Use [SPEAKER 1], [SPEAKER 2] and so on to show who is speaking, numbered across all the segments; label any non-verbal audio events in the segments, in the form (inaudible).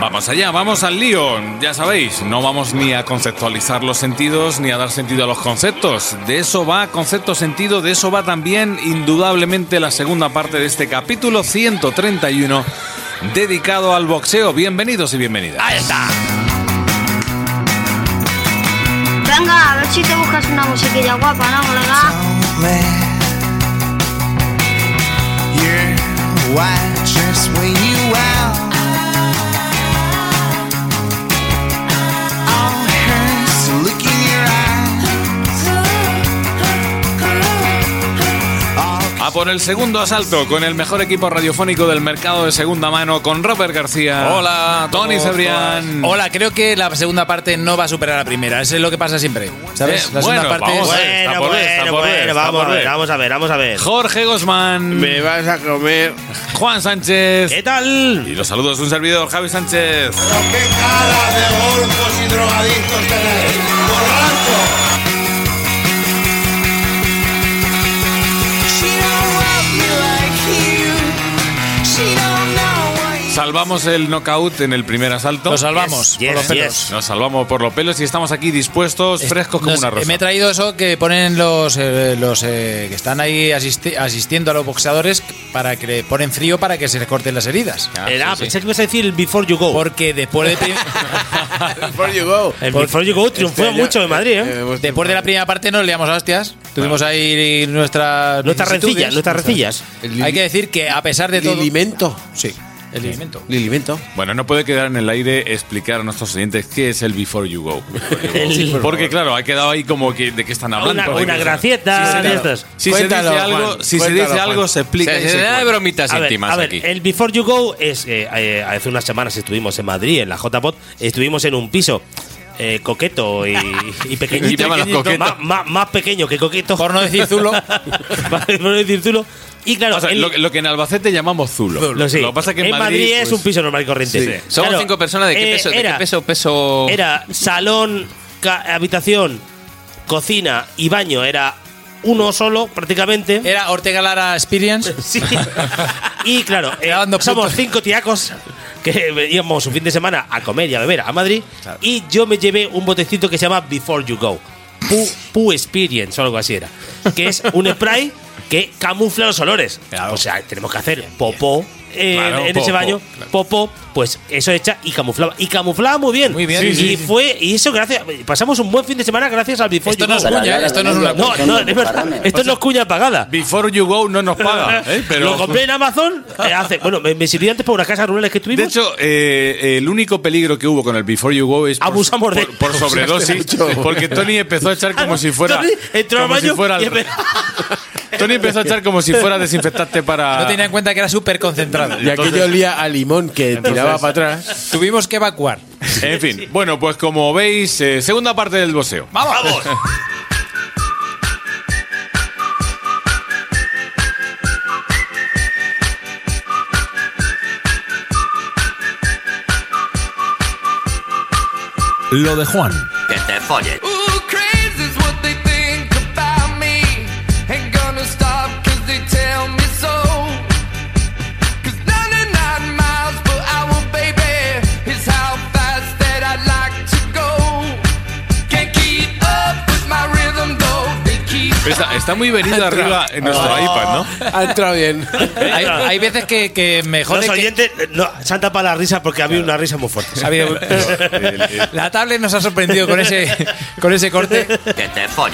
[SPEAKER 1] Vamos allá, vamos al lío. Ya sabéis, no vamos ni a conceptualizar los sentidos ni a dar sentido a los conceptos. De eso va concepto sentido, de eso va también indudablemente la segunda parte de este capítulo 131 dedicado al boxeo. Bienvenidos y bienvenidas.
[SPEAKER 2] Ahí está.
[SPEAKER 3] Venga, a ver si te buscas una musiquilla guapa, ¿no, colega?
[SPEAKER 4] man. Your white dress when you out. All hers, the look in your eyes. All
[SPEAKER 1] A por el segundo asalto con el mejor equipo radiofónico del mercado de segunda mano con Robert García.
[SPEAKER 2] Hola,
[SPEAKER 1] Tony
[SPEAKER 2] todos,
[SPEAKER 1] Cebrián.
[SPEAKER 2] Hola, creo que la segunda parte no va a superar a la primera. Eso es lo que pasa siempre. ¿Sabes?
[SPEAKER 1] Eh,
[SPEAKER 2] la segunda
[SPEAKER 1] bueno,
[SPEAKER 2] parte
[SPEAKER 1] vamos a
[SPEAKER 2] es.
[SPEAKER 1] ver. Está por ver, está por ver, está
[SPEAKER 5] vamos
[SPEAKER 1] por
[SPEAKER 5] a
[SPEAKER 1] ver.
[SPEAKER 5] ver, vamos a ver, vamos a ver.
[SPEAKER 1] Jorge Gosman.
[SPEAKER 5] Me vas a comer.
[SPEAKER 1] Juan Sánchez.
[SPEAKER 5] ¿Qué tal?
[SPEAKER 1] Y los saludos de un servidor, Javi Sánchez.
[SPEAKER 4] She don't love you like you. She don't know what you.
[SPEAKER 1] Salvamos el knockout en el primer asalto.
[SPEAKER 2] Lo salvamos.
[SPEAKER 5] Yes,
[SPEAKER 2] por los
[SPEAKER 5] yes,
[SPEAKER 2] pelos.
[SPEAKER 5] yes.
[SPEAKER 1] Nos salvamos por los pelos y estamos aquí dispuestos, frescos como
[SPEAKER 2] Nos-
[SPEAKER 1] una rosa.
[SPEAKER 2] Me he traído eso que ponen los, eh, los eh, que están ahí asisti- asistiendo a los boxeadores para que le ponen frío para que se les corten las heridas.
[SPEAKER 1] Ah,
[SPEAKER 5] Eh, ah,
[SPEAKER 1] sí, sí.
[SPEAKER 5] pensé que ibas a decir el Before You Go.
[SPEAKER 2] Porque después
[SPEAKER 6] (laughs)
[SPEAKER 2] de, pri-
[SPEAKER 5] el Before You Go triunfó mucho en Madrid, ¿eh?
[SPEAKER 6] Pues
[SPEAKER 2] después de la primera parte nos liamos a hostias. Tuvimos ahí nuestras
[SPEAKER 5] Nuestras
[SPEAKER 2] vicisitudes.
[SPEAKER 5] rencillas, nuestras rencillas.
[SPEAKER 2] Hay que decir que a pesar de todo.
[SPEAKER 7] Lilimento.
[SPEAKER 2] Sí, el alimento.
[SPEAKER 7] Lilimento.
[SPEAKER 1] Bueno, no puede quedar en el aire explicar a nuestros oyentes qué es el Before You Go. Porque, claro, ha quedado ahí como que de qué están hablando.
[SPEAKER 5] Una,
[SPEAKER 1] de
[SPEAKER 5] una
[SPEAKER 1] qué-
[SPEAKER 5] gracieta de estas.
[SPEAKER 1] Si
[SPEAKER 7] Cuéntalo,
[SPEAKER 1] se dice algo,
[SPEAKER 7] Juan,
[SPEAKER 1] si se,
[SPEAKER 7] cuéntalo,
[SPEAKER 1] dice
[SPEAKER 7] Juan.
[SPEAKER 1] algo se explica. y
[SPEAKER 6] Se,
[SPEAKER 1] se
[SPEAKER 6] se da de
[SPEAKER 1] cuenta.
[SPEAKER 6] bromitas
[SPEAKER 5] A ver,
[SPEAKER 6] íntimas
[SPEAKER 5] a ver, eh,
[SPEAKER 6] aquí.
[SPEAKER 5] el Before You Go es. eh, eh, hace unas semanas estuvimos en Madrid, en la JPOT, estuvimos en un piso. eh, coqueto y,
[SPEAKER 1] (laughs)
[SPEAKER 5] y pequeñito,
[SPEAKER 6] Llámalo
[SPEAKER 5] Pequeñito,
[SPEAKER 6] coqueto.
[SPEAKER 5] Más, más- más pequeño que coqueto
[SPEAKER 2] Por no decir Zulo.
[SPEAKER 5] (laughs) Vale, por decirlo y claro
[SPEAKER 1] O sea,
[SPEAKER 5] el-
[SPEAKER 1] lo, que- lo que en Albacete llamamos zulo.
[SPEAKER 5] Lo, sí.
[SPEAKER 1] que pasa es que en Madrid,
[SPEAKER 5] es
[SPEAKER 1] pues,
[SPEAKER 5] un piso normal y corriente.
[SPEAKER 1] Sí.
[SPEAKER 6] Somos
[SPEAKER 5] Claro,
[SPEAKER 6] cinco personas. ¿De qué
[SPEAKER 5] eh,
[SPEAKER 6] peso? ¿De
[SPEAKER 5] era,
[SPEAKER 6] qué peso? peso...
[SPEAKER 5] Era salón, ca- habitación, cocina y baño. Era uno solo, prácticamente.
[SPEAKER 2] Era Ortega Lara Experience.
[SPEAKER 5] (laughs) Sí. y claro, eh,
[SPEAKER 2] Grabando
[SPEAKER 5] somos
[SPEAKER 2] putos.
[SPEAKER 5] cinco tiacos que íbamos un fin de semana a comer y a beber a Madrid. Y yo me llevé un botecito que se llama Before You Go. Poo, Poo Experience o algo así era. Que es un spray que camufla los olores. O sea, tenemos que hacer popó. eh,
[SPEAKER 1] Claro,
[SPEAKER 5] en ese
[SPEAKER 1] popó,
[SPEAKER 5] baño,
[SPEAKER 1] claro.
[SPEAKER 5] popó, pues eso hecha y camuflaba. Y camuflaba muy bien.
[SPEAKER 2] Muy bien.
[SPEAKER 5] y
[SPEAKER 2] Sí, sí, sí.
[SPEAKER 5] fue, y eso gracias. Pasamos un buen fin de semana gracias al Before
[SPEAKER 2] Esto
[SPEAKER 5] You
[SPEAKER 2] no es
[SPEAKER 5] Go.
[SPEAKER 2] cuña, esto no es una
[SPEAKER 5] No, no, es verdad. Esto no es cuña pagada.
[SPEAKER 1] Before You Go no nos (laughs)
[SPEAKER 5] (laughs)
[SPEAKER 1] paga. ¿eh? Pero
[SPEAKER 5] Lo compré en Amazon
[SPEAKER 1] (laughs)
[SPEAKER 5] eh, hace. Bueno, me, me sirvió antes por unas casas rurales que
[SPEAKER 1] De
[SPEAKER 5] tuvimos.
[SPEAKER 1] hecho, eh, el único peligro que hubo con el Before You Go es por-
[SPEAKER 5] Abusamos de-
[SPEAKER 1] por, por sobredosis,
[SPEAKER 5] (laughs)
[SPEAKER 1] porque Tony empezó a echar
[SPEAKER 5] Ah,
[SPEAKER 1] como
[SPEAKER 5] no,
[SPEAKER 1] si fuera,
[SPEAKER 5] Tony entró al
[SPEAKER 1] como si
[SPEAKER 5] baño
[SPEAKER 1] fuera
[SPEAKER 5] y
[SPEAKER 1] al-
[SPEAKER 5] empe-
[SPEAKER 1] (laughs) Tony empezó a echar como si fuera desinfectante
[SPEAKER 6] Ah.
[SPEAKER 1] para.
[SPEAKER 2] No tenía en cuenta que era súper concentrado.
[SPEAKER 7] Y aquello olía a limón que tiraba para atrás.
[SPEAKER 2] Tuvimos que evacuar.
[SPEAKER 1] En fin, bueno, pues como veis, eh, segunda parte del boxeo.
[SPEAKER 2] ¡Vamos! Lo de Juan.
[SPEAKER 4] Ooh, crazy's what they think about me. Ain't gonna stop 'cause they tell me so. 'Cause 99 miles per hour, baby, is how fast that I like to go. Can't keep up with my rhythm, though. They keep
[SPEAKER 1] Está, está muy venido arriba en nuestro
[SPEAKER 5] Ah.
[SPEAKER 1] iPad, ¿no?
[SPEAKER 7] Ha entrado
[SPEAKER 1] (laughs)
[SPEAKER 7] bien.
[SPEAKER 2] Hay, hay veces que, que me jode
[SPEAKER 5] Los
[SPEAKER 2] que-
[SPEAKER 5] oyentes. eh, No, se han tapado la risa porque había una risa muy fuerte.
[SPEAKER 1] (laughs)
[SPEAKER 2] Ha habido- la tablet nos ha sorprendido con ese, con ese corte.
[SPEAKER 5] Hostia.
[SPEAKER 4] my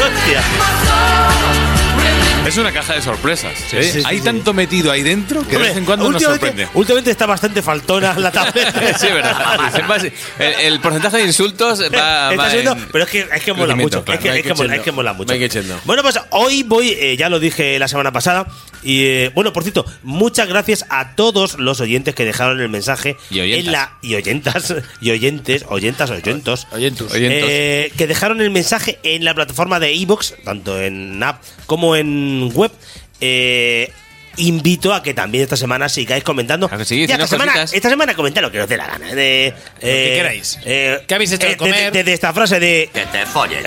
[SPEAKER 4] soul. Really
[SPEAKER 1] Es una caja de sorpresas. ¿eh?
[SPEAKER 5] sí, sí,
[SPEAKER 1] Hay
[SPEAKER 5] sí.
[SPEAKER 1] tanto metido ahí dentro que de vez en cuando nos
[SPEAKER 5] últimamente,
[SPEAKER 1] sorprende. (laughs)
[SPEAKER 5] últimamente está bastante faltona la tableta.
[SPEAKER 1] Sí, es
[SPEAKER 5] (laughs)
[SPEAKER 1] verdad. Se pasa- El, el porcentaje de insultos va,
[SPEAKER 5] Está
[SPEAKER 1] va
[SPEAKER 5] subiendo,
[SPEAKER 1] en-
[SPEAKER 5] pero es que, es que mola
[SPEAKER 1] crecimiento,
[SPEAKER 5] mucho.
[SPEAKER 1] claro.
[SPEAKER 5] es, que, es, que mola,
[SPEAKER 7] echarlo.
[SPEAKER 5] es que mola mucho.
[SPEAKER 7] Hay que echarlo.
[SPEAKER 5] Bueno, pues hoy voy, eh, ya lo dije la semana pasada. Y eh, bueno, por cierto, muchas gracias a todos los oyentes que dejaron el mensaje
[SPEAKER 1] Y oyentas.
[SPEAKER 5] en la y oyentas y oyentes, oyentas, oyentos.
[SPEAKER 7] Oyentus.
[SPEAKER 1] Oyentos.
[SPEAKER 5] Eh, que dejaron el mensaje en la plataforma de iBox, tanto en app como en web. Eh, invito a que también esta semana sigáis comentando.
[SPEAKER 1] Claro que sí,
[SPEAKER 5] Ya esta,
[SPEAKER 1] decidnos
[SPEAKER 5] semana,
[SPEAKER 1] cositas.
[SPEAKER 5] esta semana comentad lo que os dé la gana. eh, de, eh,
[SPEAKER 2] queráis.
[SPEAKER 5] eh,
[SPEAKER 2] ¿Qué habéis hecho de
[SPEAKER 5] eh, Desde
[SPEAKER 2] comer?
[SPEAKER 5] desde esta frase de
[SPEAKER 6] Que
[SPEAKER 5] (laughs)
[SPEAKER 6] te follen.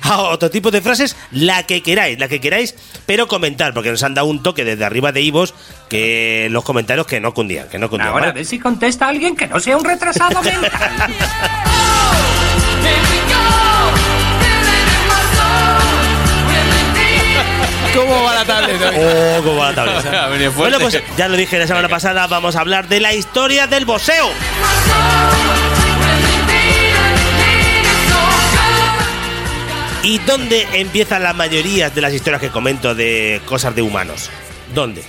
[SPEAKER 5] a otro tipo de frases, la que queráis, la que queráis, pero comentar, porque nos han dado un toque desde arriba de Ivos que los comentarios que no cundían, que no cundían.
[SPEAKER 6] Ahora a
[SPEAKER 5] ¿vale?
[SPEAKER 6] ver si contesta alguien que no sea un retrasado mental.
[SPEAKER 7] ¿Cómo va la tablet hoy?
[SPEAKER 5] Oh, cómo va la
[SPEAKER 6] (laughs)
[SPEAKER 5] tabla.
[SPEAKER 1] Ha venido fuerte.
[SPEAKER 5] bueno, pues ya lo dije la semana pasada, vamos a hablar de la historia del boxeo. ¿Y dónde empiezan la mayoría de las historias que comento de cosas de humanos? ¿Dónde?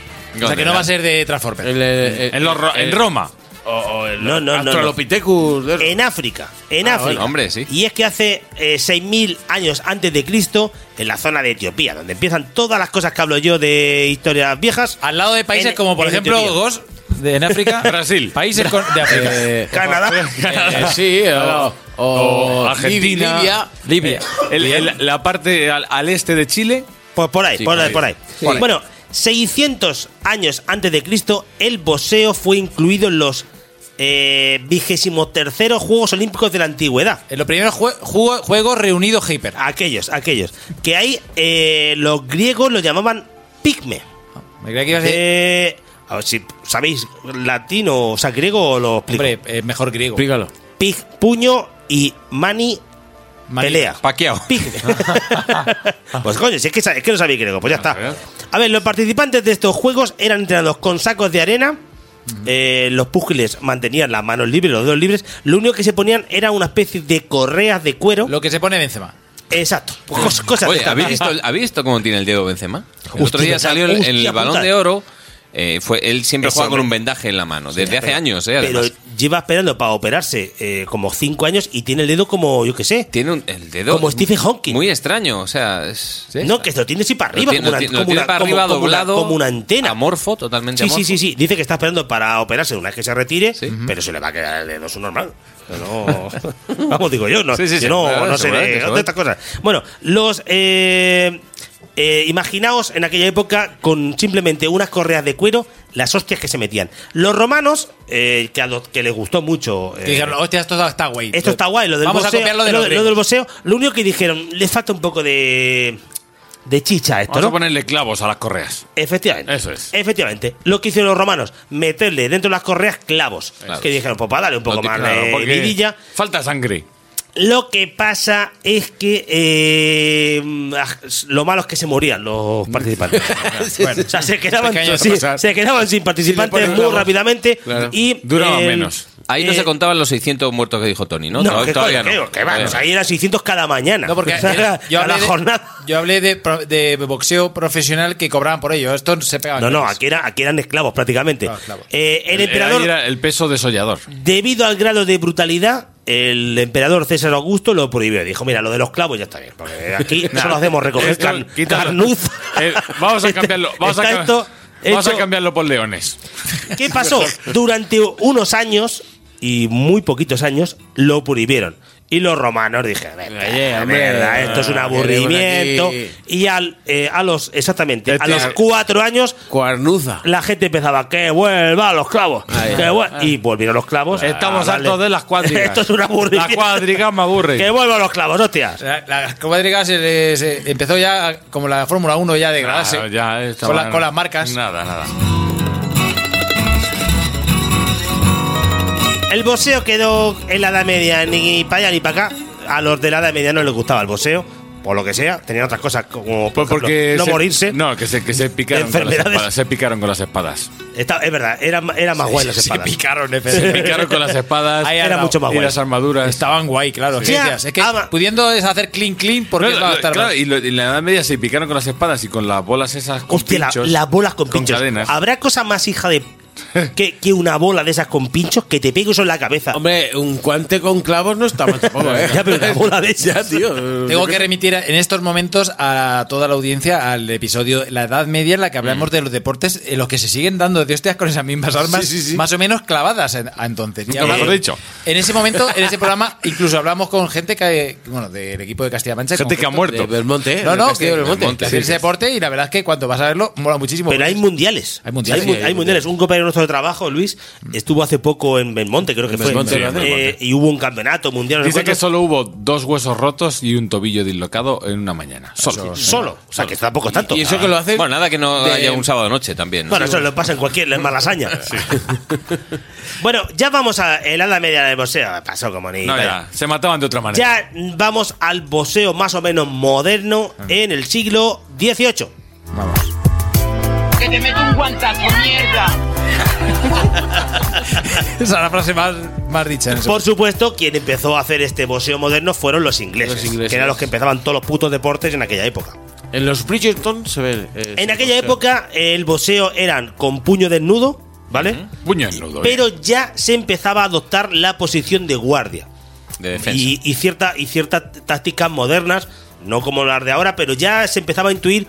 [SPEAKER 2] O sea que no va a ser de Transformers.
[SPEAKER 7] El, eh, eh,
[SPEAKER 1] En, los ro- en
[SPEAKER 7] el
[SPEAKER 1] Roma.
[SPEAKER 5] No, no, no. no.
[SPEAKER 7] Australopithecus. de-
[SPEAKER 5] En África, en
[SPEAKER 1] Ah,
[SPEAKER 5] África.
[SPEAKER 1] bueno, hombre, sí.
[SPEAKER 5] Y es que hace eh, 6.000 años antes de Cristo, en la zona de Etiopía, donde empiezan todas las cosas que hablo yo de historias viejas.
[SPEAKER 2] Al lado de países
[SPEAKER 5] en-
[SPEAKER 2] como, por
[SPEAKER 5] en
[SPEAKER 2] ejemplo,
[SPEAKER 5] Etiopía.
[SPEAKER 2] dos de, en África.
[SPEAKER 1] (laughs) Brasil.
[SPEAKER 2] Países con- de África.
[SPEAKER 7] eh,
[SPEAKER 5] Canadá.
[SPEAKER 7] (laughs) eh, sí, o, o
[SPEAKER 1] O Argentina.
[SPEAKER 7] Libia.
[SPEAKER 2] Oh, Libia.
[SPEAKER 1] Eh, El- el- la parte al, al este de Chile.
[SPEAKER 5] Pues por ahí,
[SPEAKER 7] Sí,
[SPEAKER 5] por,
[SPEAKER 7] por
[SPEAKER 5] ahí,
[SPEAKER 7] ahí.
[SPEAKER 5] por ahí.
[SPEAKER 7] Sí.
[SPEAKER 5] Por ahí. Bueno, 600 años antes de Cristo, el boxeo fue incluido en los eh, vigésimo terceros Juegos Olímpicos de la Antigüedad.
[SPEAKER 2] En los primeros Eh, jue- jugo- juegos reunidos Hyper.
[SPEAKER 5] Aquellos, aquellos. Que ahí eh, los griegos lo llamaban pigme.
[SPEAKER 2] Me creía que ibas a decir.
[SPEAKER 5] Eh, a ver si sabéis latín o, o sea, griego o lo explico.
[SPEAKER 2] Hombre, eh, mejor griego.
[SPEAKER 7] Explícalo.
[SPEAKER 5] Pig, puño y mani,
[SPEAKER 2] Mani-
[SPEAKER 5] pelea.
[SPEAKER 1] Paqueado.
[SPEAKER 5] Pig. (laughs) pues coño, si es que, sa- es que no sabéis griego, pues ya está.
[SPEAKER 1] claro.
[SPEAKER 5] A ver, los participantes de estos juegos eran entrenados con sacos de arena. eh, los púgiles mantenían las manos libres, los dedos libres. Lo único que se ponían era una especie de correas de cuero.
[SPEAKER 2] Lo que se pone Benzema.
[SPEAKER 5] Exacto. Pues Cos- cosas
[SPEAKER 8] Oye,
[SPEAKER 5] de
[SPEAKER 8] ¿habéis visto, ¿habéis visto cómo tiene el dedo Benzema? El otro
[SPEAKER 5] Hostia,
[SPEAKER 8] día salió el,
[SPEAKER 5] hostia,
[SPEAKER 8] el balón
[SPEAKER 5] puta.
[SPEAKER 8] de oro. eh, fue, él siempre
[SPEAKER 5] Ese
[SPEAKER 8] juega con
[SPEAKER 5] hombre.
[SPEAKER 8] un vendaje en la mano, desde hace
[SPEAKER 5] Pero-
[SPEAKER 8] años, ¿eh?
[SPEAKER 5] Pero
[SPEAKER 8] Además,
[SPEAKER 5] lleva esperando para operarse eh, como 5 años y tiene el dedo como, yo qué sé.
[SPEAKER 8] tiene un, el dedo.
[SPEAKER 5] Como Stephen Hawking.
[SPEAKER 8] Muy extraño, o sea. es-
[SPEAKER 5] No, que lo tiene así para arriba,
[SPEAKER 8] lo tiene,
[SPEAKER 5] como,
[SPEAKER 8] lo
[SPEAKER 5] una,
[SPEAKER 8] tiene- lo
[SPEAKER 5] como
[SPEAKER 8] tiene
[SPEAKER 5] una-
[SPEAKER 8] para
[SPEAKER 5] como-
[SPEAKER 8] arriba
[SPEAKER 5] como una-
[SPEAKER 8] doblado.
[SPEAKER 5] como una antena.
[SPEAKER 8] Amorfo, totalmente
[SPEAKER 5] Sí, sí,
[SPEAKER 8] amorfo.
[SPEAKER 5] sí, sí. Dice que está esperando para operarse una vez que se retire, pero se le va a quedar el dedo su normal. No, (laughs) vamos, digo yo, no,
[SPEAKER 1] Sí, sí, sí,
[SPEAKER 5] yo no,
[SPEAKER 1] claro,
[SPEAKER 5] no sé
[SPEAKER 1] seguramente,
[SPEAKER 5] de- de
[SPEAKER 1] seguramente.
[SPEAKER 5] estas cosas. Bueno, los. eh, eh, imaginaos en aquella época con simplemente unas correas de cuero las hostias que se metían. Los romanos, eh, que, a los que les gustó mucho. eh,
[SPEAKER 2] Que dijeron, hostia, esto está guay.
[SPEAKER 5] esto está guay, lo del
[SPEAKER 2] Vamos
[SPEAKER 5] boxeo,
[SPEAKER 2] a copiarlo de
[SPEAKER 5] lo,
[SPEAKER 2] los
[SPEAKER 5] de- lo
[SPEAKER 2] griegos.
[SPEAKER 5] del boxeo. Lo único que dijeron, le falta un poco de. de chicha a esto,
[SPEAKER 1] Vamos
[SPEAKER 5] ¿no?
[SPEAKER 1] a ponerle clavos a las correas.
[SPEAKER 5] Efectivamente.
[SPEAKER 1] Eso es.
[SPEAKER 5] Efectivamente. Lo que hicieron los romanos, meterle dentro de las correas clavos.
[SPEAKER 8] Clavos.
[SPEAKER 5] Que dijeron, pues para darle un poco
[SPEAKER 8] Lo
[SPEAKER 5] más
[SPEAKER 8] típico,
[SPEAKER 5] de
[SPEAKER 1] porque
[SPEAKER 5] vidilla.
[SPEAKER 1] Falta sangre.
[SPEAKER 5] Lo que pasa es que eh, ah, lo malo es que se morían los
[SPEAKER 1] (laughs)
[SPEAKER 5] participantes. Bueno, (laughs) o sea, se quedaban,
[SPEAKER 2] Pequeño
[SPEAKER 5] sí,
[SPEAKER 7] pasar.
[SPEAKER 5] (laughs) se quedaban sin participantes
[SPEAKER 7] ponen
[SPEAKER 5] muy
[SPEAKER 7] clavos.
[SPEAKER 5] rápidamente.
[SPEAKER 7] Claro.
[SPEAKER 5] Y,
[SPEAKER 1] Duraban
[SPEAKER 5] eh,
[SPEAKER 1] menos.
[SPEAKER 8] Ahí no
[SPEAKER 5] eh,
[SPEAKER 8] se contaban los 600 muertos que dijo Tony, ¿no?
[SPEAKER 5] No,
[SPEAKER 8] Todavía-
[SPEAKER 5] que,
[SPEAKER 8] todavía
[SPEAKER 5] coño,
[SPEAKER 8] no.
[SPEAKER 5] que va,
[SPEAKER 8] Todavía
[SPEAKER 5] o sea, ahí era 600 cada mañana.
[SPEAKER 2] No, porque
[SPEAKER 5] (laughs) O sea,
[SPEAKER 2] era- yo
[SPEAKER 5] a
[SPEAKER 2] hablé,
[SPEAKER 5] la
[SPEAKER 2] de,
[SPEAKER 5] jornada.
[SPEAKER 2] yo hablé de, pro- de boxeo profesional que cobraban por ello. Esto se
[SPEAKER 8] Ah,
[SPEAKER 2] pegaba.
[SPEAKER 5] No, no, aquí, era, aquí eran esclavos prácticamente.
[SPEAKER 2] Ah, esclavos.
[SPEAKER 5] Eh, el,
[SPEAKER 1] Era-
[SPEAKER 5] emperador,
[SPEAKER 1] era el peso desollador.
[SPEAKER 5] debido al grado de brutalidad, el emperador César Augusto lo prohibió. Dijo, mira, lo de los clavos ya está bien. Porque aquí
[SPEAKER 1] (laughs)
[SPEAKER 5] solo hacemos recoger
[SPEAKER 1] Esto,
[SPEAKER 5] car-
[SPEAKER 1] quítalo.
[SPEAKER 5] carnuz.
[SPEAKER 1] (laughs)
[SPEAKER 5] Este
[SPEAKER 1] Eh, vamos a cambiarlo. Vamos, a,
[SPEAKER 5] Está
[SPEAKER 1] ca-
[SPEAKER 5] esto
[SPEAKER 1] vamos a
[SPEAKER 5] hecho-
[SPEAKER 1] cambiarlo por leones. (laughs)
[SPEAKER 5] ¿Qué pasó? Durante unos años, y muy poquitos años, lo prohibieron. Y los romanos dijeron, "Vete a la
[SPEAKER 7] Oye, hombre,
[SPEAKER 1] eh,
[SPEAKER 5] mierda, esto es un
[SPEAKER 7] queremos
[SPEAKER 5] aburrimiento.
[SPEAKER 7] aquí-
[SPEAKER 5] Y al, eh, a los, exactamente, a
[SPEAKER 7] Este-
[SPEAKER 5] los cuatro años
[SPEAKER 7] Cuarnuza.
[SPEAKER 5] la gente empezaba que vuelva los clavos
[SPEAKER 7] Ahí.
[SPEAKER 5] que vuel-". y volvieron los clavos
[SPEAKER 1] Estamos
[SPEAKER 5] Ah, vale.
[SPEAKER 1] hartos de las cuadrigas.
[SPEAKER 5] (laughs) esto es una aburrida
[SPEAKER 1] Las cuadrigas me aburren.
[SPEAKER 5] (laughs) que vuelvan los clavos hostias
[SPEAKER 2] La, la cuadriga se, le- se empezó ya a- como la Fórmula 1 ya a degradarse.
[SPEAKER 1] Claro, ya está
[SPEAKER 2] con, la-
[SPEAKER 1] mal.
[SPEAKER 2] con las marcas.
[SPEAKER 1] Nada, nada.
[SPEAKER 5] el boxeo quedó en la edad media ni para allá ni para acá a los de la edad media no les gustaba el boxeo por lo que sea, tenían otras cosas como por
[SPEAKER 1] Pues
[SPEAKER 5] ejemplo,
[SPEAKER 1] porque
[SPEAKER 5] no
[SPEAKER 1] se-
[SPEAKER 5] morirse.
[SPEAKER 1] No, que se, que se picaron con las
[SPEAKER 5] Enfermedades.
[SPEAKER 1] espadas. Se picaron con las
[SPEAKER 5] (laughs)
[SPEAKER 1] espadas.
[SPEAKER 5] Está- es verdad, era, era más guay las
[SPEAKER 2] se
[SPEAKER 5] espadas. (laughs)
[SPEAKER 2] picaron, eh,
[SPEAKER 1] Se picaron con las espadas.
[SPEAKER 2] Ahí
[SPEAKER 5] era
[SPEAKER 2] ha dado.
[SPEAKER 5] mucho más
[SPEAKER 1] y
[SPEAKER 5] guay.
[SPEAKER 1] las armaduras.
[SPEAKER 2] Estaban guay, claro.
[SPEAKER 5] Sí. ah,
[SPEAKER 2] ¿qué decías? Es que
[SPEAKER 5] Ama-
[SPEAKER 2] pudiendo es hacer clean clean porque
[SPEAKER 1] No,
[SPEAKER 2] es la-
[SPEAKER 1] no,
[SPEAKER 2] estar-
[SPEAKER 1] claro, y, lo- y en la Edad Media se picaron con las espadas y con las bolas esas con
[SPEAKER 5] Hostia, la-
[SPEAKER 1] pinchos.
[SPEAKER 5] las bolas con pinchos.
[SPEAKER 1] cadenas.
[SPEAKER 5] ¿Habrá cosa más hija de. que, que una bola de esas con pinchos que te pegue eso en la cabeza?
[SPEAKER 7] Hombre, un guante con clavos no está
[SPEAKER 5] (laughs)
[SPEAKER 7] mal tampoco, ¿eh?
[SPEAKER 5] Ya, pero
[SPEAKER 1] (laughs)
[SPEAKER 5] una bola de
[SPEAKER 7] Ya,
[SPEAKER 5] esas. (laughs)
[SPEAKER 7] tío.
[SPEAKER 2] Tengo que remitir en estos momentos a toda la audiencia al episodio La Edad Media en la que hablamos de los deportes en los que se siguen dando de hostias con esas mismas armas
[SPEAKER 7] Sí, sí, sí.
[SPEAKER 2] más o menos clavadas en- a entonces. Y
[SPEAKER 1] Nunca mejor
[SPEAKER 2] hablamos-
[SPEAKER 1] dicho.
[SPEAKER 2] En ese momento, en ese programa, incluso hablamos con gente que, bueno, del equipo de Castilla-Mancha.
[SPEAKER 1] Gente que ha
[SPEAKER 2] concreto.
[SPEAKER 7] De
[SPEAKER 1] muerto.
[SPEAKER 7] Belmonte, ¿eh?
[SPEAKER 2] No,
[SPEAKER 7] De
[SPEAKER 2] no,
[SPEAKER 7] Castillo
[SPEAKER 2] que,
[SPEAKER 7] de Belmonte.
[SPEAKER 2] que hacer ese deporte y la verdad es que cuando vas a verlo mola muchísimo.
[SPEAKER 5] Pero hay mundiales.
[SPEAKER 2] Hay mundiales.
[SPEAKER 5] mu-
[SPEAKER 2] Sí, hay
[SPEAKER 5] hay mundiales. Un compañero nuestro de trabajo, Luis, estuvo hace poco en Belmonte, creo que fue.
[SPEAKER 7] Belmonte,
[SPEAKER 5] Sí,
[SPEAKER 7] lo hace.
[SPEAKER 5] eh, y hubo un campeonato mundial. no sé
[SPEAKER 1] Dice que
[SPEAKER 5] cuánto.
[SPEAKER 1] solo hubo dos huesos rotos y un tobillo dislocado en una mañana. Solo.
[SPEAKER 5] Solo. O sea, que tampoco es tanto.
[SPEAKER 7] Y
[SPEAKER 8] Ah.
[SPEAKER 7] eso que lo hace.
[SPEAKER 8] Bueno, nada que no
[SPEAKER 7] de-
[SPEAKER 8] haya un sábado noche también. ¿no?
[SPEAKER 5] Bueno, eso lo pasa en cualquier en malasaña. (laughs) bueno, ya vamos a el ala media del boxeo. Pasó como ni.
[SPEAKER 1] No, ya, se mataban de otra manera.
[SPEAKER 5] Ya vamos al boxeo más o menos moderno en el siglo XVIII.
[SPEAKER 6] Que te meto un guantazo, mierda.
[SPEAKER 2] Esa es la frase más, más dicha en ese
[SPEAKER 5] Por supuesto, quien empezó a hacer este boxeo moderno fueron los ingleses,
[SPEAKER 7] Los ingleses.
[SPEAKER 5] que eran los que empezaban todos los putos deportes en aquella época.
[SPEAKER 7] En los Bridgerton se ve. eh,
[SPEAKER 5] En
[SPEAKER 7] se
[SPEAKER 5] aquella
[SPEAKER 7] posea.
[SPEAKER 5] época el boxeo eran con puño desnudo, ¿vale?
[SPEAKER 1] Puño en nudo.
[SPEAKER 5] Pero ya se empezaba a adoptar la posición de guardia.
[SPEAKER 8] De defensa.
[SPEAKER 5] y, y cierta y ciertas tácticas modernas no como las de ahora pero ya se empezaba a intuir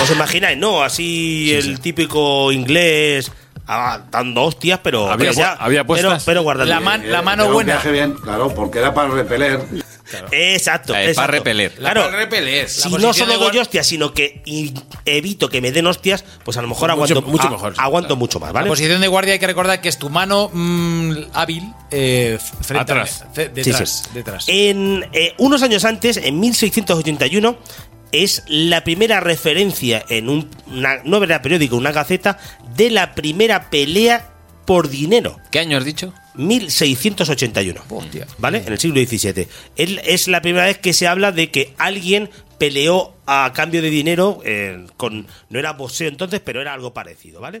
[SPEAKER 5] os imagináis no así el típico inglés ah, dando hostias pero
[SPEAKER 1] Había
[SPEAKER 5] pero ya-
[SPEAKER 1] apu- había
[SPEAKER 5] pero-
[SPEAKER 1] apuestas.
[SPEAKER 5] pero
[SPEAKER 2] momento.
[SPEAKER 5] guardando
[SPEAKER 2] la, man-
[SPEAKER 7] eh,
[SPEAKER 2] la mano buena.
[SPEAKER 9] bien, claro, porque era para repeler.
[SPEAKER 5] exacto,
[SPEAKER 8] La de pa'
[SPEAKER 5] exacto.
[SPEAKER 8] repeler. La
[SPEAKER 5] claro
[SPEAKER 7] Repeler.
[SPEAKER 5] si
[SPEAKER 2] La
[SPEAKER 5] no
[SPEAKER 2] posición
[SPEAKER 5] solo
[SPEAKER 2] de
[SPEAKER 5] doy
[SPEAKER 2] guard-
[SPEAKER 5] hostias sino que in- evito que me den hostias pues a lo mejor
[SPEAKER 7] Mucho-
[SPEAKER 5] aguanto
[SPEAKER 7] mucho
[SPEAKER 5] a-
[SPEAKER 7] mejor, sí,
[SPEAKER 5] aguanto mucho más
[SPEAKER 2] La
[SPEAKER 5] vale
[SPEAKER 2] posición de guardia hay que recordar que es tu mano mm, hábil eh, f- frente
[SPEAKER 1] Atrás.
[SPEAKER 2] a- fe-
[SPEAKER 5] Sí,
[SPEAKER 2] detrás.
[SPEAKER 5] sí.
[SPEAKER 2] detrás.
[SPEAKER 5] En, eh, unos años antes, en 1681, es la primera referencia en un, una- no era periódico, una gaceta, de la primera pelea por dinero.
[SPEAKER 8] ¿Qué año has dicho?
[SPEAKER 5] 1681. ¿Vale? En el siglo XVII. Es, es la primera vez que se habla de que alguien peleó a cambio de dinero eh, con... No era boxeo entonces, pero era algo parecido, ¿vale?